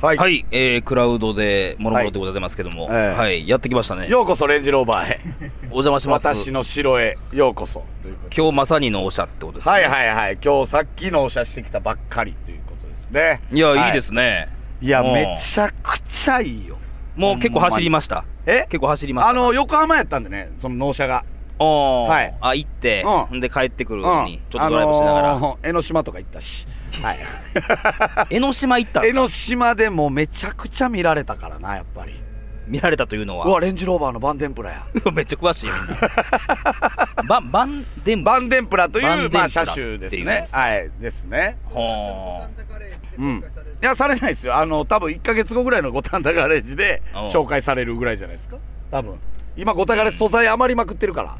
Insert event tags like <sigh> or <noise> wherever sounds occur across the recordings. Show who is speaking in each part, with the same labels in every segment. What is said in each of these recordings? Speaker 1: はい
Speaker 2: はい、えー、クラウドで、もろもろでございますけども、
Speaker 1: はいええ
Speaker 2: はい、やってきましたね。
Speaker 1: ようこそレンジローバー
Speaker 2: <laughs>
Speaker 1: へ。
Speaker 2: お邪魔します。
Speaker 1: 私の城へようこそ。ということで
Speaker 2: 今日まさにのおしゃってことですね。
Speaker 1: はいはいはい。今日さっきのお写してきたばっかりということですね。
Speaker 2: いや、
Speaker 1: はい
Speaker 2: いですね。
Speaker 1: いや、
Speaker 2: もう
Speaker 1: めちゃくちゃいいよ。
Speaker 2: もう結構走りました。
Speaker 1: え
Speaker 2: 結構走りました。
Speaker 1: あ、の、横浜やったんでね、その納車が。
Speaker 2: おー
Speaker 1: はい
Speaker 2: あ、行って、、
Speaker 1: うん
Speaker 2: で帰ってくる
Speaker 1: う
Speaker 2: のに、ちょっとドライブしながら。
Speaker 1: あのー江ノ島とか行ったし。
Speaker 2: <laughs>
Speaker 1: はい。
Speaker 2: 江ノ島行ったんで
Speaker 1: 江
Speaker 2: すか
Speaker 1: ノ島でもめちゃくちゃ見られたからな、やっぱり。
Speaker 2: 見られたというの
Speaker 1: う
Speaker 2: は。
Speaker 1: わ、レンジローバーのバンテンプラや。
Speaker 2: <laughs> めっちゃ詳し
Speaker 1: <laughs>
Speaker 2: いよ、みんな。バン、バンデ <laughs> ンバ
Speaker 1: バンテンプラと
Speaker 2: バ
Speaker 1: い
Speaker 2: ンデ
Speaker 1: う、
Speaker 2: ンプラ
Speaker 1: まあ、車種です
Speaker 2: っていうん
Speaker 1: ね
Speaker 2: で。すか
Speaker 1: はい。ですね。
Speaker 2: ほー
Speaker 1: うん。いや、されないですよ。あの、多分1ヶ月後ぐらいの五反田ガレージで
Speaker 2: おう
Speaker 1: 紹介されるぐらいじゃないですか。多分。今、五反田ガレージ素材余りまくってるから。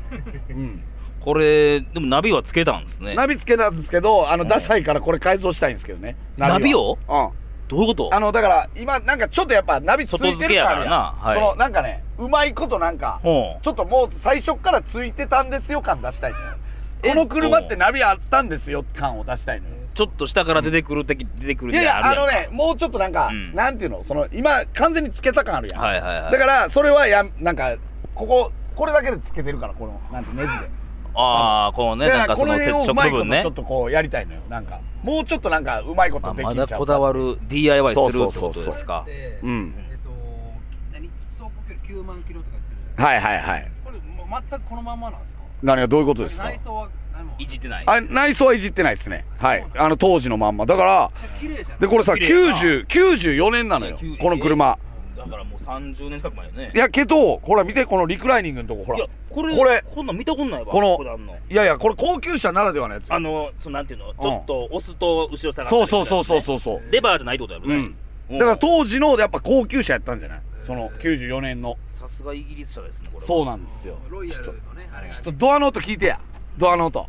Speaker 1: うん。
Speaker 2: これ、でもナビはつけたんですね。
Speaker 1: ナビつけたんですけど、あの、ダサいからこれ改造したいんですけどね。は
Speaker 2: ナビを
Speaker 1: うん。
Speaker 2: どういうこと
Speaker 1: あの、だから、今、なんかちょっとやっぱナビついてる
Speaker 2: 外付けやか
Speaker 1: あ
Speaker 2: らな
Speaker 1: るやん
Speaker 2: はい
Speaker 1: その、なんかね、うまいことなんか、
Speaker 2: ほう
Speaker 1: ちょっともう最初っからついてたんですよ感出したいのよ。
Speaker 2: え
Speaker 1: この車ってナビあったんですよ感を出したいのよ。
Speaker 2: ちょっと下から出てくる的、出てくる
Speaker 1: いやい
Speaker 2: で
Speaker 1: や、
Speaker 2: あ
Speaker 1: あ
Speaker 2: るや
Speaker 1: の
Speaker 2: んか
Speaker 1: ね、もうちょっとなんか、
Speaker 2: うん
Speaker 1: なんていうの、その、今、完全につけた感あるやん。
Speaker 2: はいはいはい
Speaker 1: だから、それはや、なんか、ここ、これだけでつけてるから、この、なんて、ネジで。
Speaker 2: ああ、このね、
Speaker 1: だ
Speaker 2: な
Speaker 1: ら
Speaker 2: んかその接
Speaker 1: こ
Speaker 2: 触
Speaker 1: 辺をうまいこ
Speaker 2: 部
Speaker 1: と
Speaker 2: 分ね
Speaker 1: ちょっ。とこう、やりたいのよ。なんか、もうちょっとなんか、うまいこ
Speaker 2: まあ
Speaker 1: とでき
Speaker 2: ま
Speaker 1: んちゃ
Speaker 2: だ
Speaker 1: うか
Speaker 2: こだわる DIY するってことですか。
Speaker 3: で
Speaker 1: うん
Speaker 3: えっと何走行距離9万キロとかする
Speaker 1: はいはいはい。
Speaker 3: これもう全くこのまんまなんですか
Speaker 1: 何がどういうことですか
Speaker 3: 内装は何もめ
Speaker 2: い
Speaker 3: っ
Speaker 2: じってない。
Speaker 1: あ内装はいじってないですね。はい。あの、当時のまんま。だから、
Speaker 3: ちゃ綺麗じゃない
Speaker 1: で、これさ、
Speaker 2: 綺麗やな
Speaker 1: 90、94年なのよ
Speaker 2: いや。90
Speaker 1: この車。
Speaker 2: だからもう30年近く前よね。
Speaker 1: いや、けど、ほら、見て、このリクライニングのとこ、ほら。これ、
Speaker 2: こんなん見たことないわ
Speaker 1: この
Speaker 2: だあんの。
Speaker 1: いやいや、これ高級車ならではのやつよ
Speaker 2: あの、そのなんていうの、ちょっと押すと後ろ下がったり
Speaker 1: そう
Speaker 2: する
Speaker 1: そ
Speaker 2: や
Speaker 1: う
Speaker 2: つね
Speaker 1: そうそうそうそう。
Speaker 2: レバーじゃないってことやろ
Speaker 1: う
Speaker 2: ね
Speaker 1: ん。。だから当時のやっぱ高級車やったんじゃないその94年の。
Speaker 2: さすがイギリス車ですね、これは。
Speaker 1: そうなんですよ。
Speaker 3: ロイヤルのねあれが
Speaker 1: ちょっとドアの音聞いてや。ドアの音。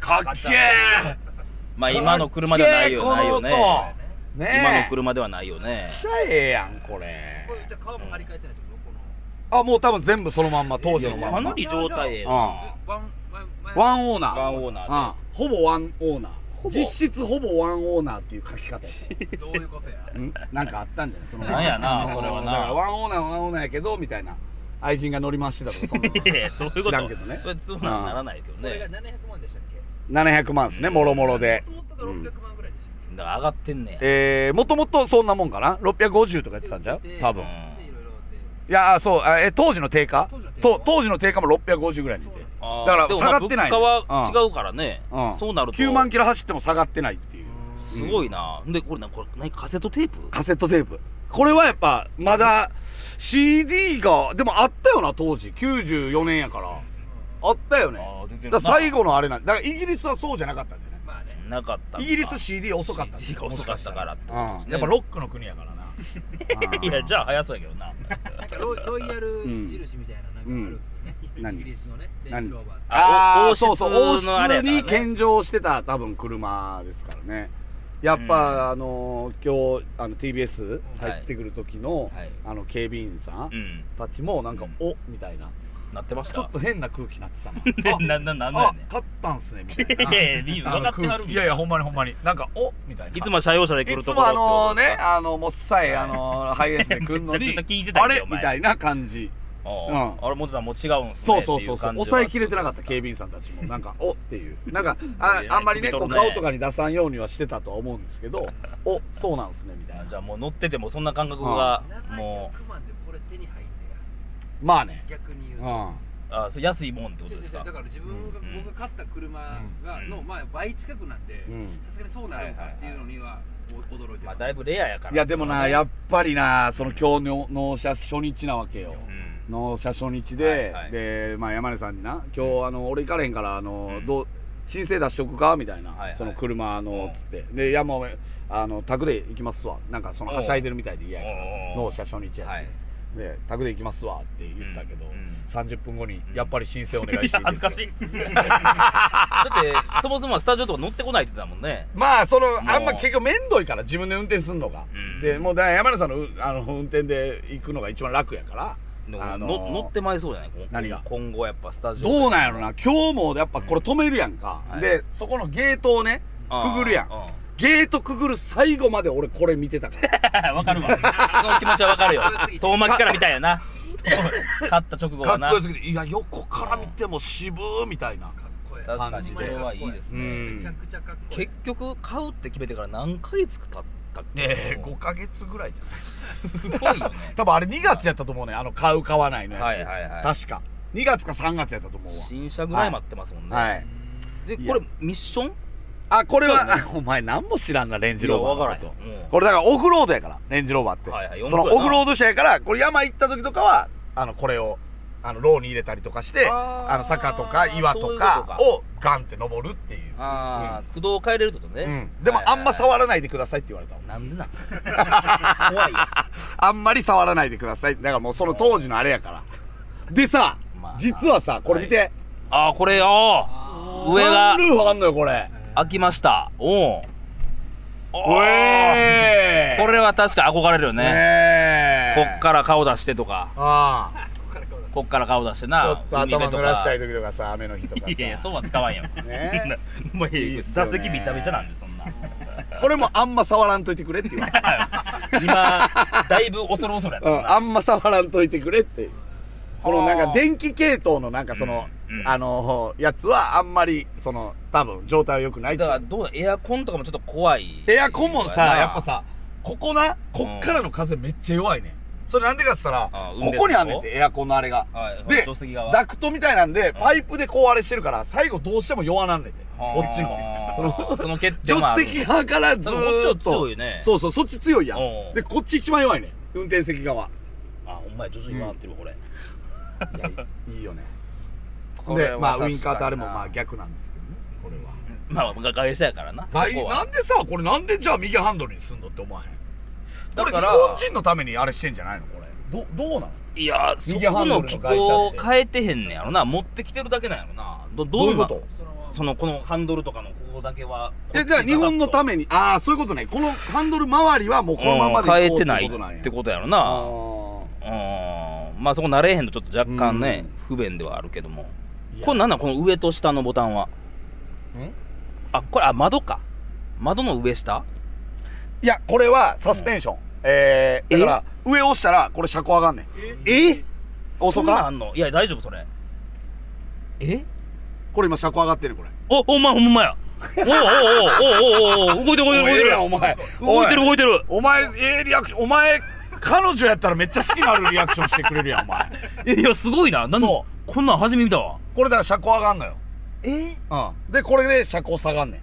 Speaker 1: かっけえ
Speaker 2: まあ今の車ではないよないよね。
Speaker 1: ねえ。
Speaker 2: 今の車ではないよね
Speaker 1: めっ。ちゃええやん、これ。
Speaker 3: これじゃあ顔も張り替えてないってことこの
Speaker 1: あ、もう多分全部そのまんま、当時のま
Speaker 2: か
Speaker 1: んま。
Speaker 2: な
Speaker 1: うん。
Speaker 2: り状態ええわ。
Speaker 1: ワ
Speaker 3: えワンワンワン
Speaker 1: ンオーナー。
Speaker 2: ワンオーナー
Speaker 1: う
Speaker 2: で
Speaker 1: ん。ほぼワンオーナー。
Speaker 2: ぼ
Speaker 1: 実質ほぼワンオーナーっていう書き <laughs> 方やった。
Speaker 3: どういうことや
Speaker 1: んなんかあったんじゃないその
Speaker 2: なんやな
Speaker 1: あの
Speaker 2: それはな
Speaker 1: だからワンオーナーはワンオーナーやけどみたいな愛人が乗り回してたとかそんな
Speaker 2: <laughs> いやいやそういうこ
Speaker 1: 知
Speaker 2: と
Speaker 1: らんけどね
Speaker 2: それそうなんならないけど
Speaker 3: これが
Speaker 2: ね。
Speaker 3: 700万でしたっけ
Speaker 1: 700万ですねもろもろで
Speaker 3: 元々が600万ぐらいでした
Speaker 2: だ
Speaker 3: っ
Speaker 2: から上がってんねや。
Speaker 1: えー、もともとそんなもんかな650とかやってたんじゃう多分
Speaker 2: うん
Speaker 3: けでいろいろ
Speaker 1: い
Speaker 3: で
Speaker 1: やーそうあえ当時の定価
Speaker 3: 当時の定
Speaker 1: と
Speaker 3: 価
Speaker 1: 当時の定価も650ぐらいにいて
Speaker 2: あー
Speaker 1: だから
Speaker 2: でも
Speaker 1: 下がってない
Speaker 2: まあ物価は違うからね、
Speaker 1: うん
Speaker 2: そうなると
Speaker 1: 9万キロ走っても下がってないっていう
Speaker 2: すごいな、でこれなこれ何カセットテープ
Speaker 1: カセットテープこれはやっぱまだ CD がでもあったよな当時94年やからあったよね
Speaker 2: あー出て
Speaker 1: だ
Speaker 2: る
Speaker 1: か
Speaker 2: な
Speaker 1: ら最後のあれなんだからイギリスはそうじゃなかったんだよね
Speaker 3: まあね
Speaker 2: なかった
Speaker 1: イギリス CD 遅かった
Speaker 2: CD が遅かったからってことです
Speaker 1: うん
Speaker 2: ね
Speaker 1: やっぱロックの国やからな
Speaker 2: <laughs> いやじゃあ早そうやけどな
Speaker 3: なんかロイロイヤル印みたいななんかあるんですよね、
Speaker 1: ん何
Speaker 3: イギリスのねレンジローバーって
Speaker 2: あ
Speaker 1: <laughs> ああ
Speaker 2: 王室
Speaker 1: そうそう王室
Speaker 2: のあれやからね
Speaker 1: に献上してた多分車ですからねやっぱ、あのー今日あの TBS
Speaker 2: はい
Speaker 1: 入ってくる時の、
Speaker 2: はい
Speaker 1: あの警備員さん
Speaker 2: うん
Speaker 1: たちもなんか、
Speaker 2: うん
Speaker 1: おみたいな
Speaker 2: なってました
Speaker 1: ちょっと変な空気になって
Speaker 2: <laughs>
Speaker 1: たの
Speaker 2: でなななんだ
Speaker 1: あ
Speaker 2: よね
Speaker 1: 勝ったんすねみたい
Speaker 2: い
Speaker 1: な
Speaker 2: やいや理由分かっては
Speaker 1: 空
Speaker 2: る
Speaker 1: 気
Speaker 2: み
Speaker 1: い
Speaker 2: た
Speaker 1: やい
Speaker 2: い
Speaker 1: やほんまにほんまになんかおみたいない
Speaker 2: いつも車用車で来る
Speaker 1: いつ
Speaker 2: とこ
Speaker 1: も
Speaker 2: ろ
Speaker 1: あの
Speaker 2: ってことです
Speaker 1: ね
Speaker 2: か
Speaker 1: あのもっさいあのーハイエースで来んの
Speaker 2: め
Speaker 1: に
Speaker 2: ちゃくちゃ聞いてた
Speaker 1: あ
Speaker 2: けど
Speaker 1: れ
Speaker 2: お前
Speaker 1: みたいな感じ
Speaker 2: あ
Speaker 1: う
Speaker 2: ーあれモトさんもう違うんす
Speaker 1: そ
Speaker 2: ね
Speaker 1: うそうそうそう
Speaker 2: ってい感じは
Speaker 1: 抑えきれてなかった警備員さんたちもなんか「おっ」ていう
Speaker 2: <laughs>
Speaker 1: なんかあ
Speaker 2: いや
Speaker 1: あんまりね
Speaker 2: 汲み
Speaker 1: こう
Speaker 2: 取るね
Speaker 1: 顔とかに出さんようにはしてたとは思うんですけど「おそうなんすね」みたい
Speaker 2: あ
Speaker 1: な
Speaker 2: じゃあもう乗っててもそんな感覚がも
Speaker 3: 700万でこれ手に入んね
Speaker 1: まあね
Speaker 3: や逆に言う
Speaker 1: う
Speaker 3: と、
Speaker 1: ん
Speaker 2: うあそれ安いもんってこ
Speaker 3: 違
Speaker 2: と
Speaker 3: う違う
Speaker 2: です
Speaker 3: 違
Speaker 2: か
Speaker 3: うだから自分が、
Speaker 2: うん
Speaker 3: 僕が買った車が、
Speaker 2: うん
Speaker 3: の、まあ、倍近くなんで
Speaker 1: うん
Speaker 3: さすがにそうなるのかっていうのにはお驚いて
Speaker 2: ま
Speaker 3: ま
Speaker 2: あ
Speaker 3: す、
Speaker 2: だいぶレアやから
Speaker 1: いやでもなやっぱりなその今日の納車初日なわけよ
Speaker 2: うん
Speaker 1: 納車初日
Speaker 2: はい
Speaker 1: で
Speaker 2: はい
Speaker 1: でまあ山根さんにな「今日あの俺行かれへんからあの
Speaker 2: うん
Speaker 1: どう申請出しとくか?」みたいな
Speaker 2: はいはい
Speaker 1: その車のつってで「いやもうあの宅で行きますわ」なんかそのはしゃいでるみたいで嫌やから
Speaker 2: おうおうおう
Speaker 1: 納車初日や
Speaker 2: は
Speaker 1: し
Speaker 2: い。
Speaker 1: で「宅で行きますわ」って言ったけど、
Speaker 2: うんうん
Speaker 1: 30分後に
Speaker 2: ん
Speaker 1: やっぱり申請お願い
Speaker 2: い
Speaker 1: して
Speaker 2: や
Speaker 1: いいで
Speaker 2: 恥
Speaker 1: す
Speaker 2: ず
Speaker 1: か
Speaker 2: かしい <laughs> だってそもそもはスタジオとか乗ってこないって言ってたもんね
Speaker 1: まあその
Speaker 2: う
Speaker 1: あんま結局面倒いから自分で運転するのが、
Speaker 2: うん
Speaker 1: でもうだから山田さんのうあの運転で行くのが一番楽やから
Speaker 2: でも
Speaker 1: あの
Speaker 2: の乗ってまいそうじゃないこ
Speaker 1: 何が
Speaker 2: 今後やっぱスタジオ
Speaker 1: どうなんやろな今日もやっぱこれ止めるやんか、
Speaker 2: うんはい
Speaker 1: でそこのゲートをね
Speaker 2: あー
Speaker 1: くぐるやん
Speaker 2: あ
Speaker 1: ゲートくぐる最後まで俺これ見てたから
Speaker 2: <laughs> わかるわ。その気持ちはわかるよ
Speaker 3: 悪すぎ。て
Speaker 2: 遠巻きから見たいやな。勝った直後は
Speaker 1: かっ
Speaker 2: な
Speaker 1: こよ。すぎていや横から見ても渋ーみたいな
Speaker 3: かっこいい
Speaker 2: 確かにこれはいいです
Speaker 1: う
Speaker 2: ね。
Speaker 3: め
Speaker 1: ん
Speaker 3: ちゃくちゃかっこいい
Speaker 2: 結局、買うって決めてから何ヶ月か経ったっけ
Speaker 4: ええ
Speaker 2: も
Speaker 4: 5ヶ月ぐらいじゃないう
Speaker 2: すごいよね。
Speaker 1: 多分あれ2月やったと思うねあの買う買わないのやつ、
Speaker 2: はいはいはい
Speaker 1: 確か2月か3月やったと思うわ
Speaker 2: 新車ぐらい待ってますもんね。
Speaker 1: はい
Speaker 2: で、
Speaker 1: い
Speaker 2: こ
Speaker 1: や
Speaker 2: れミッション
Speaker 1: あこれは、
Speaker 2: そう
Speaker 1: <laughs>
Speaker 2: ね
Speaker 1: お前何も知らんがレンジローバー
Speaker 2: いやわ
Speaker 1: の
Speaker 2: か
Speaker 1: こ
Speaker 2: らんようん
Speaker 1: とこれだからオフロードやからレンジローバーって、
Speaker 2: はいはい
Speaker 1: その
Speaker 2: 四駆やな
Speaker 1: オフロード車やからこれ山行った時とかはあのこれをあのローに入れたりとかして
Speaker 2: あ
Speaker 1: あ
Speaker 2: ー
Speaker 1: の坂とか岩とか
Speaker 2: そういう
Speaker 1: をガンって登るっていう
Speaker 2: ああ、駆動を変えれるってことね。
Speaker 1: うん、でも
Speaker 2: はいは
Speaker 1: あ
Speaker 2: いはい
Speaker 1: んま触らないでくださいって言われたもん
Speaker 2: なんでなん <laughs> 怖いよ。
Speaker 1: あんまり触らないでくださいだからもうその当時のあれやからでさ、
Speaker 2: まあな
Speaker 1: 実はさこれ見て、
Speaker 2: ああ、これ、ああ、上
Speaker 1: サ
Speaker 2: が
Speaker 1: ンルーフあんのよこれ
Speaker 2: 開きました。おお。
Speaker 1: おえー
Speaker 2: これは確か憧れるよね。
Speaker 1: ねえ
Speaker 2: こっから顔出してとか、
Speaker 1: ああ
Speaker 2: こっから顔出して
Speaker 1: ちょ
Speaker 2: な
Speaker 1: っ、と
Speaker 2: 海
Speaker 1: 頭
Speaker 2: 辺と
Speaker 1: 濡らした
Speaker 2: か。
Speaker 1: い時とかさ雨の日とかさ
Speaker 2: いやいや、そうは使わんよ。
Speaker 1: ね
Speaker 2: <laughs> もう
Speaker 1: いいっすよ
Speaker 2: 座
Speaker 1: ね
Speaker 2: 席びちゃびちゃなんで、そんな。 <laughs>
Speaker 1: これもあんま触らんといてくれって言われた、
Speaker 2: 今、だいぶ恐る恐るやっ
Speaker 1: う
Speaker 2: た
Speaker 1: ん、
Speaker 2: な。
Speaker 1: あんま触らんといてくれってこのなんか電気系統のなんかその、
Speaker 2: うんうん
Speaker 1: あのやつはあんまりその多分状態は良くないって
Speaker 2: だから、どうだ、エアコンとかもちょっと怖い。
Speaker 1: エアコンもさ
Speaker 2: な
Speaker 1: やっぱ、さここなこっからの風めっちゃ弱いねんそれなんでかっつったら
Speaker 2: あ
Speaker 1: ここにあんねんってエアコンのあれが
Speaker 2: はい、
Speaker 1: で
Speaker 2: 助手席側。
Speaker 1: ダクトみたいなんでパイプでこうあれしてるから最後どうしても弱なんねんてこっち
Speaker 2: あー
Speaker 1: のその
Speaker 2: <laughs> その欠点
Speaker 1: 助
Speaker 2: もある
Speaker 1: 手席側からずーっ
Speaker 2: でもこっちは
Speaker 1: と
Speaker 2: 強いね
Speaker 1: そうそうそっち強いやん
Speaker 2: うん
Speaker 1: でこっち一番弱いねん運転席側
Speaker 2: あほんまや徐々に回ってるわこれ、
Speaker 1: いいよね
Speaker 2: これ
Speaker 1: で
Speaker 2: は
Speaker 1: まあウ
Speaker 2: 確かに
Speaker 1: インカーとあれもまあ
Speaker 2: な
Speaker 1: 逆なんですけどねこれは
Speaker 2: まあが外車やからな
Speaker 1: 外
Speaker 2: そこは
Speaker 1: なんでさこれなんでじゃあ右ハンドルにすんのって思わへんこれ日
Speaker 2: だから
Speaker 1: 本人のためにあれしてんじゃないのこれどどうなの
Speaker 2: いやそ
Speaker 1: 右ハ
Speaker 2: こ
Speaker 1: ンド
Speaker 2: の
Speaker 1: ル
Speaker 2: 機
Speaker 1: の外車って
Speaker 2: 構を変えてへんねやろな持ってきてるだけなんやろなどどうな
Speaker 1: どういうこ
Speaker 3: その
Speaker 2: そのこのハンドルとかのここだけは
Speaker 1: えじゃあ日本のた
Speaker 2: め
Speaker 1: めにああそういうことねこのハンドル周りはもうこのままで
Speaker 2: 変え
Speaker 1: こう
Speaker 2: てない
Speaker 1: ことなんや
Speaker 2: ってことやろ
Speaker 1: あ
Speaker 2: な
Speaker 1: ー
Speaker 2: うんまあそこ慣れへんとちょっと若干ね不便ではあるけども
Speaker 1: いや
Speaker 2: これなんなんこの上と下のボタンはあこれあ窓か窓の上下
Speaker 1: いやこれはサスペンション、えー、だから上押したらこれ車高上がんねん
Speaker 2: え
Speaker 1: 遅
Speaker 2: そんなんあ
Speaker 1: か
Speaker 2: んのいや大丈夫それえ
Speaker 1: これ今車高上がってるこれ
Speaker 2: お、お前ほんまや。おおおおおおおお動いてる動いてる動いてる。
Speaker 1: お前
Speaker 2: 動いてる動いてる。
Speaker 1: お前ええリアクションお前彼女やったらめっちゃ好きになるリアクションしてくれるやんお
Speaker 2: <laughs>
Speaker 1: 前
Speaker 2: いや、すごいな。なんで
Speaker 1: そ
Speaker 2: こんなん初め見たわ。
Speaker 1: これだから車高上がんのよ
Speaker 2: え
Speaker 1: うんでこれで車高下がんねん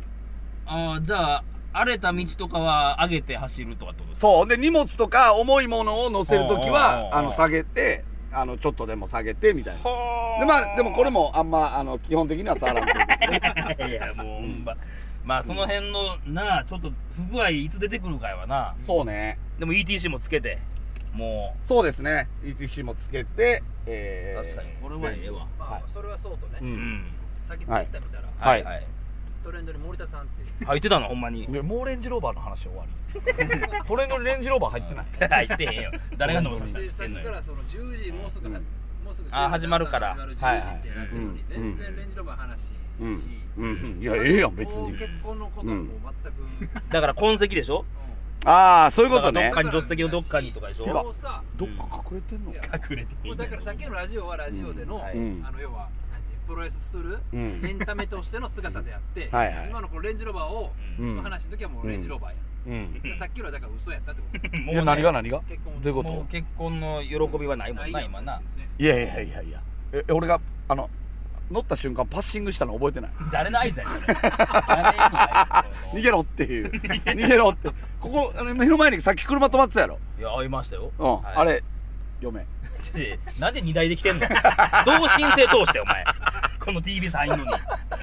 Speaker 2: あーじゃあ、荒れた道とかは上げて走るとかってことですか
Speaker 1: そうで荷物とか重いものを乗せるとき
Speaker 2: おうおうおうお
Speaker 1: は
Speaker 2: う
Speaker 1: あの下げてあのちょっとでも下げてみたいな
Speaker 2: は
Speaker 1: でまあでもこれもあんまあの基本的には触らんということで
Speaker 2: いや、もう、ほんま。 <laughs> まあ、その辺の、なあ、ちょっと不具合いつ出てくるかやわな。
Speaker 1: そうね
Speaker 2: でも ETC もつけて、も
Speaker 1: そうですね ETC もつけて、え
Speaker 2: う、
Speaker 1: ー、
Speaker 2: 確かに、これはええわ。
Speaker 3: ま
Speaker 1: はい
Speaker 3: あそれはそうとね
Speaker 1: う
Speaker 2: うんん。
Speaker 3: さっきツイッター見たら
Speaker 1: は
Speaker 2: はいいはい。
Speaker 3: トレンドに森田さんって
Speaker 2: 入ってたの、ほんまに。
Speaker 1: いやもうレンジローバーの話終わり <laughs> トレンドにレンジローバー入ってない
Speaker 2: 入ってへんよ。誰が乗せした
Speaker 3: で
Speaker 2: りし
Speaker 3: さ
Speaker 2: て
Speaker 3: っ
Speaker 2: んの
Speaker 3: き
Speaker 2: よ
Speaker 3: か。らその10時もうすぐ
Speaker 1: うん
Speaker 3: もうすぐ
Speaker 2: あ始まるから
Speaker 3: 始まる
Speaker 1: はい
Speaker 3: 10
Speaker 1: は
Speaker 3: 時
Speaker 1: い
Speaker 3: ってなってるのに
Speaker 1: うん
Speaker 3: 全然レンジローバー話し
Speaker 1: うん
Speaker 3: し
Speaker 1: うんいやええやん別
Speaker 3: もう
Speaker 1: に
Speaker 3: 結婚のことはもう全く、うん
Speaker 2: だから痕跡でしょ
Speaker 1: ああそういうこと
Speaker 2: だ
Speaker 1: ね
Speaker 2: からどっかに助手席のどっかにとかでし
Speaker 1: <laughs>
Speaker 2: ょ
Speaker 1: て
Speaker 3: もうさ
Speaker 1: どっか隠れてんの
Speaker 3: いや
Speaker 2: 隠れて
Speaker 3: もうだからさっきのラジオはラジオでの、
Speaker 2: うんはい
Speaker 3: あの要はなんていうプロレスする
Speaker 1: うん
Speaker 3: エンタメとしての姿であって、
Speaker 1: はいはい
Speaker 3: 今のこのレンジローバーを、
Speaker 1: うん
Speaker 3: の話の時はもうレンジローバーや、
Speaker 1: うん
Speaker 3: でさっきのはだから嘘やったってこ
Speaker 2: も
Speaker 1: いうや
Speaker 2: ね
Speaker 1: 何が何が
Speaker 3: と結婚
Speaker 1: どういうこ
Speaker 2: も
Speaker 1: と
Speaker 2: う結婚の喜びはないもんな今な
Speaker 1: やいやいやいやえ俺があの乗った瞬間パッシングしたの覚えてない
Speaker 2: 誰の合図やねんそれ誰の合図
Speaker 1: <laughs> 逃げろって <laughs> いう逃げろってここあの目の前にさっき車止まってたやろ
Speaker 2: いや会いましたよ
Speaker 1: うん、
Speaker 2: はい
Speaker 1: あれ嫁
Speaker 2: ちょいなんで荷台で来てんの同心性通してお前この TV さんいんのにい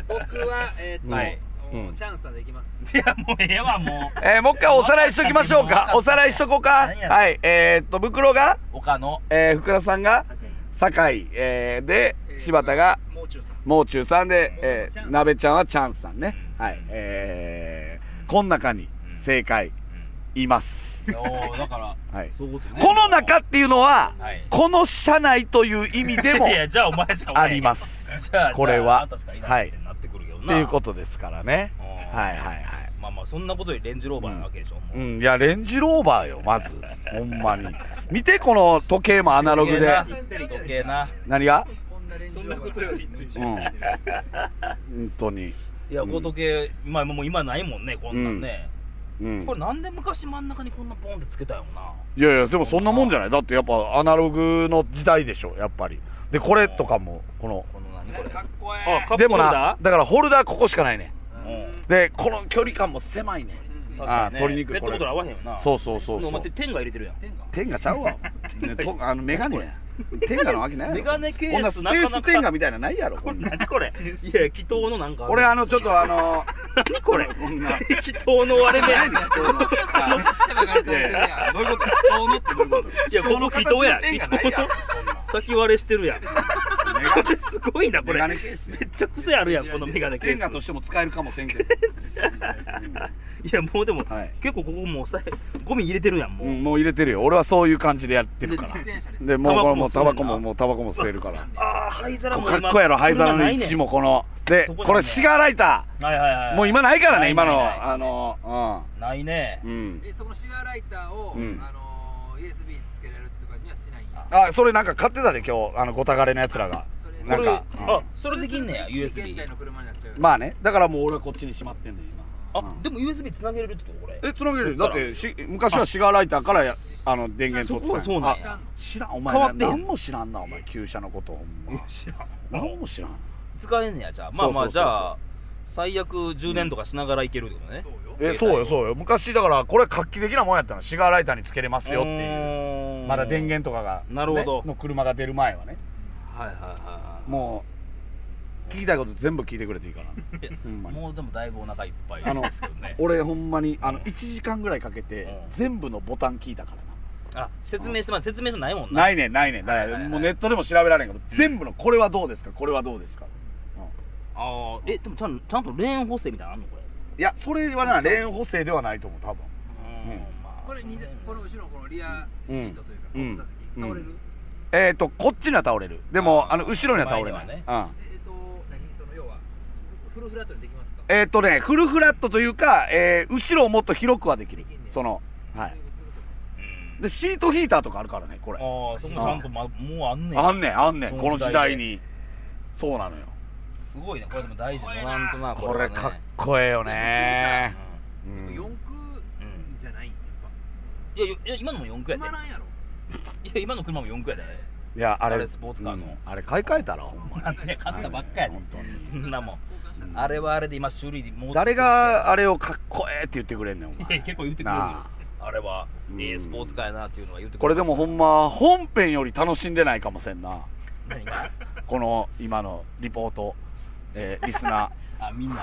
Speaker 3: 僕はえっ、と、
Speaker 1: はい
Speaker 3: もう
Speaker 1: うん
Speaker 3: チャンスはできます
Speaker 2: やもうええわもう
Speaker 1: えー、もう一回おさらいしときましょうかおさらいしとこうか
Speaker 2: 何や
Speaker 1: はいえー、っと袋が、
Speaker 2: 岡野
Speaker 1: えー、福田さんが酒井、えー、で柴田が
Speaker 3: もう中さん
Speaker 1: もう中さんで、え
Speaker 3: チャン
Speaker 1: ー、
Speaker 3: ス
Speaker 1: 鍋ちゃんはチャンスさんね
Speaker 2: うん
Speaker 1: はいえー、こん中に正解います、
Speaker 2: うんおーだから
Speaker 1: はい、
Speaker 2: そういうことね
Speaker 1: この中っていうのは、
Speaker 2: はい
Speaker 1: この社内という意味でも
Speaker 2: <laughs> いやじゃあお前しかおら
Speaker 1: あ
Speaker 2: へん
Speaker 1: ります
Speaker 2: じゃあ <laughs>
Speaker 1: これは
Speaker 2: じゃああなたしかい
Speaker 1: は
Speaker 2: ない
Speaker 1: い
Speaker 2: ってなってくるけどな
Speaker 1: っていうことですからね
Speaker 2: うん
Speaker 1: はいはいはい
Speaker 2: まあまあそんなことよりレンジローバーなわけでしょ、もう
Speaker 1: うん、いや、レンジローバーよ、まず。ほんまに。見て、この時計もアナログで。
Speaker 2: 時計な時計な
Speaker 1: 何が
Speaker 3: こんなレンジ
Speaker 4: そん
Speaker 3: ロ
Speaker 4: な
Speaker 3: ーバ
Speaker 4: こ
Speaker 3: ー
Speaker 4: とよりっていう
Speaker 1: うん。本当に。
Speaker 2: いやこの時計、まあもう今ないもんねこんなんね、
Speaker 1: うん
Speaker 2: こ。れなんで昔真ん中にこんなボンってつけたよない
Speaker 1: やいや、でもそんなもんじゃない。だってやっぱアナログの時代でしょ、やっぱり。で、これとかも、この。
Speaker 2: この何これ
Speaker 4: かっこえ
Speaker 2: あカップ
Speaker 1: でも
Speaker 2: ホル
Speaker 1: な
Speaker 2: ダ、
Speaker 1: だからホルダーここしかないね。
Speaker 2: ーうん
Speaker 1: で、この距離感も狭いね。
Speaker 2: 確かにね
Speaker 1: あ取りにくい
Speaker 2: ペットボトル合わへんよな
Speaker 1: そうそうそう
Speaker 2: も
Speaker 1: そう
Speaker 2: 待って。天が入れてるやん
Speaker 3: 天下
Speaker 1: 天がちゃう
Speaker 2: <laughs>
Speaker 1: わ。ねとあの、メガネや。天がなわけないやろ。
Speaker 2: メガネケース
Speaker 1: こんなスペ
Speaker 2: な
Speaker 1: ー
Speaker 2: かな
Speaker 1: ス
Speaker 2: か
Speaker 1: 天がみたいなのないやろ、こんな。
Speaker 2: <laughs> 何これいや祈祷のなんか
Speaker 1: 俺、あの、ちょっとあの、
Speaker 2: 何これ
Speaker 1: <laughs> こんな。
Speaker 2: <laughs> 祈祷の割れ目
Speaker 1: 何この
Speaker 3: 手が枯れてるやんどういうこと
Speaker 1: このってどういうこと
Speaker 2: いや、この祈祷や。
Speaker 1: 天
Speaker 2: 祈
Speaker 1: が
Speaker 2: 祷
Speaker 1: ないやろ
Speaker 2: の先割れしてるやん。こ
Speaker 1: そんなメガネ
Speaker 2: れすごいな、こ
Speaker 1: メ
Speaker 2: れ。
Speaker 1: ガ
Speaker 2: め
Speaker 1: ネ
Speaker 2: っ
Speaker 1: ケースよ
Speaker 2: ちゃ癖あるやん、このメガネケ
Speaker 1: 天下と
Speaker 2: ース。
Speaker 1: しても使えるかもせんけど、
Speaker 2: いや、もうでも、
Speaker 1: はい
Speaker 2: 結構ここもうさ、ゴミ入れてるやん、も
Speaker 1: う
Speaker 2: う。
Speaker 1: んもう入れてるよ俺はそういう感じでやってるから
Speaker 3: 喫煙者です
Speaker 1: でもうこれもうタ
Speaker 2: タ
Speaker 1: バ
Speaker 2: バ
Speaker 1: コ
Speaker 2: コ
Speaker 1: も
Speaker 2: も
Speaker 1: もうタバコも吸えるから
Speaker 2: ああ、灰皿も
Speaker 1: か
Speaker 2: 今。
Speaker 1: っこやろ灰皿の
Speaker 2: ない
Speaker 1: 位
Speaker 2: ね
Speaker 1: 置。もこので
Speaker 2: そこにね
Speaker 1: これシガーライタ
Speaker 2: はいはいは
Speaker 1: ー
Speaker 2: い。
Speaker 1: もう今ないからね今
Speaker 2: ないない
Speaker 1: の
Speaker 2: ない
Speaker 1: あの
Speaker 2: ないね
Speaker 1: う。んうん
Speaker 3: えそこのシガーライターを、
Speaker 1: うん
Speaker 3: あのー USB つけられるとかにはしないんや
Speaker 1: あそれなんか買ってたで今日あのごたがれのやつらが
Speaker 3: それ
Speaker 2: こ
Speaker 1: な
Speaker 2: れ、
Speaker 1: んかうん
Speaker 2: あ、それできんねや、
Speaker 3: 現
Speaker 2: USB
Speaker 3: 代。の車になっちゃう、
Speaker 1: まあねだからもう俺はこっちにしまってんねん今
Speaker 2: あ
Speaker 1: う、ん
Speaker 2: でも USB つなげれるってことこれ。
Speaker 1: えつなげるよだってし昔はシガーライターからやあの電源取ってたんや
Speaker 2: そこはそうなん
Speaker 3: 知
Speaker 2: や
Speaker 3: らんの
Speaker 1: あ知らんお前
Speaker 2: 変わってへん
Speaker 1: 何も知らんなお前旧車のことほんま
Speaker 2: 知らん
Speaker 1: 何も知らん
Speaker 2: 使えんねや、じゃあ。まあま
Speaker 1: そ
Speaker 2: あ、
Speaker 1: う
Speaker 2: じ
Speaker 1: そうそうそう
Speaker 2: ゃあ、最悪充電とかしながらいけるってことね
Speaker 3: そ。うよ
Speaker 1: えそうよそうよ昔だからこれ画期的なもんやったのシガーライターにつけれますよっていう
Speaker 2: い
Speaker 1: まだ電。源とかが、ね、
Speaker 2: なるほど
Speaker 1: の車が出る前はね
Speaker 2: はいはいはいは
Speaker 1: もう聞きたいこと全部聞いてくれていいから
Speaker 2: いや
Speaker 1: ほんま
Speaker 2: い。
Speaker 1: に
Speaker 2: もうでもだいぶお腹いっぱい
Speaker 1: あの
Speaker 2: ですけどね。
Speaker 1: 俺ほんまにあの1時間ぐらいかけて
Speaker 2: うん
Speaker 1: 全部のボタン聞いたからな
Speaker 2: あ説明してまだ説明書ないもんな
Speaker 1: ないねんないねんだからもうネットでも調べられんから全部のこれはどうですかこれはどうですか
Speaker 2: あーえでもちゃんちゃんとレーン補正みたいなのあんのこれ
Speaker 1: いやそれはなレーン補正ではないと思う多分
Speaker 2: うんまあ
Speaker 3: これにこの後ろのこのリアシートというか、
Speaker 1: うん
Speaker 3: 後部座席
Speaker 1: うん
Speaker 3: 倒れる、
Speaker 1: えっ、ー、とこっちには倒れるでも
Speaker 2: あー
Speaker 1: あの後ろには倒れない、
Speaker 2: 前に
Speaker 1: うん
Speaker 3: でえっ、と何その要はフルフラットでできますか
Speaker 1: えっ、ー、とねフルフラットというか、えー後ろをもっと広くはできる
Speaker 3: できんね
Speaker 1: そのはい
Speaker 2: うん
Speaker 1: でシートヒーターとかあるからねこれ
Speaker 2: ああそこもちゃんとまもうあんねん
Speaker 1: あんねんあんねん
Speaker 2: そ
Speaker 1: この
Speaker 2: の
Speaker 1: 時代
Speaker 2: 時代で
Speaker 1: にそうなのよ
Speaker 2: すごいねこれでも大事だなんとな
Speaker 1: これ
Speaker 2: はね
Speaker 1: かっこええよねう
Speaker 3: う
Speaker 1: ん
Speaker 3: ん四
Speaker 2: うん
Speaker 3: 駆
Speaker 2: うん
Speaker 3: じゃないんやっ
Speaker 2: いやいや今のも4
Speaker 3: ぱ
Speaker 2: 区
Speaker 3: つ
Speaker 2: や
Speaker 3: ま
Speaker 2: で
Speaker 3: らんやろ
Speaker 2: いや今の車も4区やで
Speaker 1: いやあれ
Speaker 2: あれスポーツカーの
Speaker 1: うんあれ買い替えたらほんまに
Speaker 2: なんて買ったばっかやで
Speaker 1: 本当
Speaker 2: そ
Speaker 1: に
Speaker 2: んなもん
Speaker 3: 交換した
Speaker 2: あれはあれで今修理でもう
Speaker 1: 誰があれをかっこええって言ってくれんねんお
Speaker 2: い
Speaker 1: 前
Speaker 2: や結構言ってくれるよ
Speaker 1: なあ
Speaker 2: あれは
Speaker 1: うん
Speaker 2: ええスポーツカーやなっていうのは言ってく
Speaker 1: こ
Speaker 2: れ
Speaker 1: れ
Speaker 2: る
Speaker 1: でもほんま本編より楽しんでないかもせんな
Speaker 2: 何が
Speaker 1: この今のリポート、えーリスナー
Speaker 2: あみんな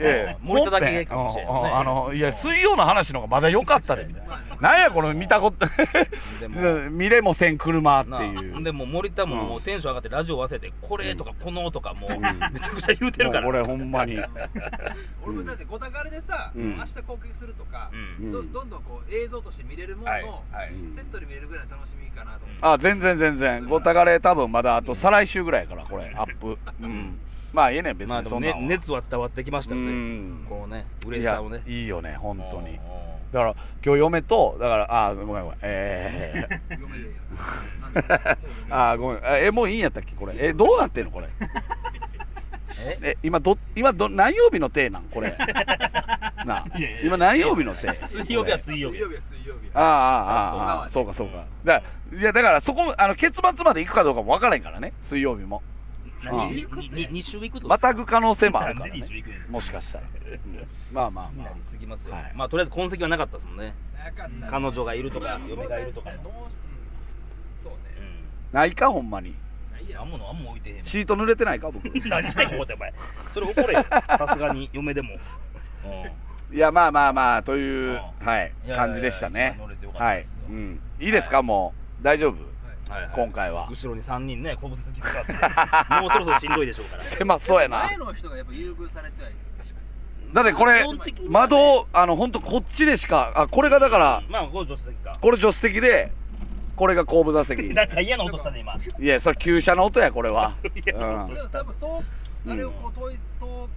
Speaker 1: ええ
Speaker 2: 森田だけかもしれんね
Speaker 1: 本編うんうんあのいや水曜の話の方がまだ良かったでみたいななんやこの見たこと
Speaker 2: で
Speaker 1: <laughs>
Speaker 2: も
Speaker 1: 見れもせん車って
Speaker 2: なあ
Speaker 1: いう
Speaker 2: でもう森田も
Speaker 1: うん
Speaker 2: もうテンション上がってラジオ忘れて「これ」とか「この」とかもうめちゃくちゃ言うてるか
Speaker 1: <laughs> もう
Speaker 2: ら
Speaker 1: 俺ほんまに
Speaker 3: 俺もだってごたがれでさ、
Speaker 1: うん
Speaker 3: 明日攻撃するとか
Speaker 2: う、
Speaker 1: うんん
Speaker 3: どどんどんこう映像として見れるもの
Speaker 2: はい
Speaker 3: を、
Speaker 2: はい
Speaker 1: うん
Speaker 3: セットで見れるぐらいの楽しみかなと思って、
Speaker 1: あ全然全然ごたがれ多分まだあと再来週ぐらいやからこれアップうんまあええねん別
Speaker 2: まあ
Speaker 1: に
Speaker 2: で
Speaker 1: そ
Speaker 2: も
Speaker 1: んな
Speaker 2: ね
Speaker 1: んは
Speaker 2: 熱は伝わってきましたよ
Speaker 1: う
Speaker 2: ね
Speaker 1: ん
Speaker 2: こうね嬉しさをね
Speaker 1: いやいいよね本当に
Speaker 2: う
Speaker 1: だから今日嫁とだからあごめんごめんえー
Speaker 3: 読めるやんなんだろう
Speaker 1: あごめんあえもういいんやったっけこれえどうなってんのこれ
Speaker 2: <laughs> え
Speaker 1: え今ど今ど何曜日の手なんこれ
Speaker 2: <laughs>
Speaker 1: なあ
Speaker 2: いやいや
Speaker 1: 今何曜日の手
Speaker 2: ん水曜日は水曜
Speaker 3: 水
Speaker 2: 日
Speaker 3: 曜
Speaker 2: で
Speaker 3: 日は
Speaker 2: す
Speaker 3: 水曜日
Speaker 1: あ
Speaker 3: や
Speaker 1: あああああ
Speaker 3: ち
Speaker 1: そ
Speaker 3: ゃんと
Speaker 1: うかそうかだいやだからそこあの結末まで行くかどうかも分からへんからね水曜日もあ
Speaker 2: 2週行くと
Speaker 1: またぐ可能性もあるから
Speaker 2: なんで
Speaker 1: ね
Speaker 2: 二週行くんですか
Speaker 1: もしかしたら、まあまあ
Speaker 2: に
Speaker 1: ま
Speaker 2: なりすぎますよ
Speaker 1: はい
Speaker 2: まあとりあえず痕跡はなかったですもんね
Speaker 3: なかった
Speaker 2: 彼女がいるとか嫁がいるとか
Speaker 3: どう
Speaker 2: も
Speaker 3: うんそう
Speaker 2: う
Speaker 3: ね
Speaker 2: ん
Speaker 1: あないかほんまに
Speaker 3: ないや
Speaker 2: あんものあんも置いてへん
Speaker 1: シート濡れてないか僕い
Speaker 2: <laughs> 何してんのこうってお前それ怒れよ <laughs> さすがに嫁でもうん
Speaker 1: やまあまあまあという、
Speaker 2: う
Speaker 1: はい
Speaker 2: いやいやいや
Speaker 1: 感じでしたね
Speaker 2: 一番乗れてよかった
Speaker 1: はい
Speaker 2: ですよ、
Speaker 1: うん、いいですか、もう大丈夫
Speaker 2: はいはい
Speaker 1: 今回は
Speaker 2: 後ろに3人ね小物好き使
Speaker 1: <laughs>
Speaker 2: ってもうそろそろしんどいでしょうから
Speaker 1: 狭そうやな
Speaker 3: 前の人がやっぱ優遇されてはいる確か
Speaker 1: だってこれ
Speaker 2: 基本的にはね
Speaker 1: 窓あの本当こっちでしかあこれがだから
Speaker 2: まあこう助手席か
Speaker 1: これ助手席でこれが後部座
Speaker 2: <laughs>
Speaker 1: 席
Speaker 2: なんか嫌な音したね今
Speaker 1: いやそれ旧車の音やこれは
Speaker 2: 嫌な
Speaker 1: う
Speaker 2: 音
Speaker 3: に
Speaker 2: し
Speaker 3: でも
Speaker 2: た
Speaker 3: 多分そうあれをこう統一統括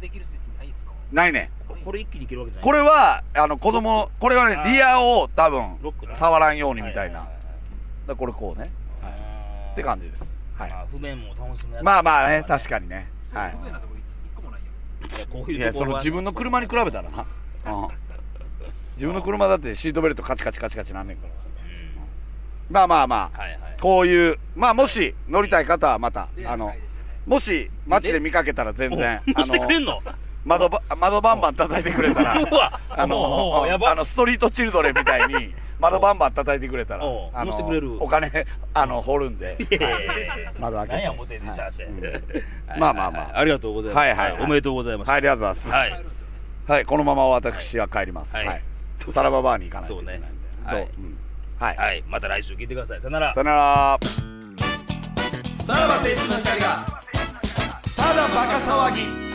Speaker 3: できるスイッチないっすか
Speaker 1: ないね
Speaker 2: これ一気にいけるわけじゃない
Speaker 1: これはあの子供これは
Speaker 2: あ
Speaker 1: ね
Speaker 2: ー
Speaker 1: リアを多分
Speaker 2: ロックだ
Speaker 1: 触らんようにみたいな、
Speaker 2: はは
Speaker 1: だからこれこうね
Speaker 2: はいはい
Speaker 1: って感じですはい
Speaker 2: まあ不便も楽しむやつ
Speaker 1: まあまあね確かにね
Speaker 3: そう
Speaker 1: は
Speaker 3: いう不便なとこ一一個もないよ
Speaker 2: いやこう
Speaker 1: いい
Speaker 2: いう
Speaker 1: やそ
Speaker 2: ところ
Speaker 1: の
Speaker 2: は
Speaker 1: 自分の車に比べたらな、うん、自分の車だってシートベルトカチカチカチカチなんねんから
Speaker 2: うん
Speaker 1: まあまあまあ
Speaker 2: はいはい
Speaker 1: こういうまあもし乗りたい方はまた
Speaker 3: レア
Speaker 1: あ
Speaker 3: な
Speaker 1: の
Speaker 3: 回でしたね
Speaker 1: もし街で見かけたら全然
Speaker 2: おしてくれんの
Speaker 1: 窓ば窓バンバン叩いてくれたら
Speaker 2: <laughs> うわ
Speaker 1: あ
Speaker 2: おうお
Speaker 1: の
Speaker 2: うやば
Speaker 1: あのストリートチルドレンみたい
Speaker 2: <laughs>
Speaker 1: に窓バンバン叩いてくれたら
Speaker 2: おう
Speaker 1: あの
Speaker 2: 乗せてくれる
Speaker 1: お金 <laughs> あの掘るんで
Speaker 2: いやいやいやいや
Speaker 1: 窓開け
Speaker 2: 何
Speaker 1: て
Speaker 2: や思てんねんチャーシェ
Speaker 1: はい
Speaker 2: ー
Speaker 1: まあまあまあ
Speaker 2: はいはいありがとうございま
Speaker 1: は
Speaker 2: す
Speaker 1: いはいはい
Speaker 2: おめでとうございます
Speaker 1: はいありがとうございます
Speaker 2: は
Speaker 3: 帰る
Speaker 2: い
Speaker 3: んですよね
Speaker 1: はいこのまま私は帰ります
Speaker 2: は
Speaker 1: はいいサラババーに行かないといけないんで
Speaker 2: そうねはい
Speaker 1: どううんはい
Speaker 2: はいまた来週聞いてくださいさよなら
Speaker 1: さよなら
Speaker 4: さらば青春の光がただバカ騒ぎ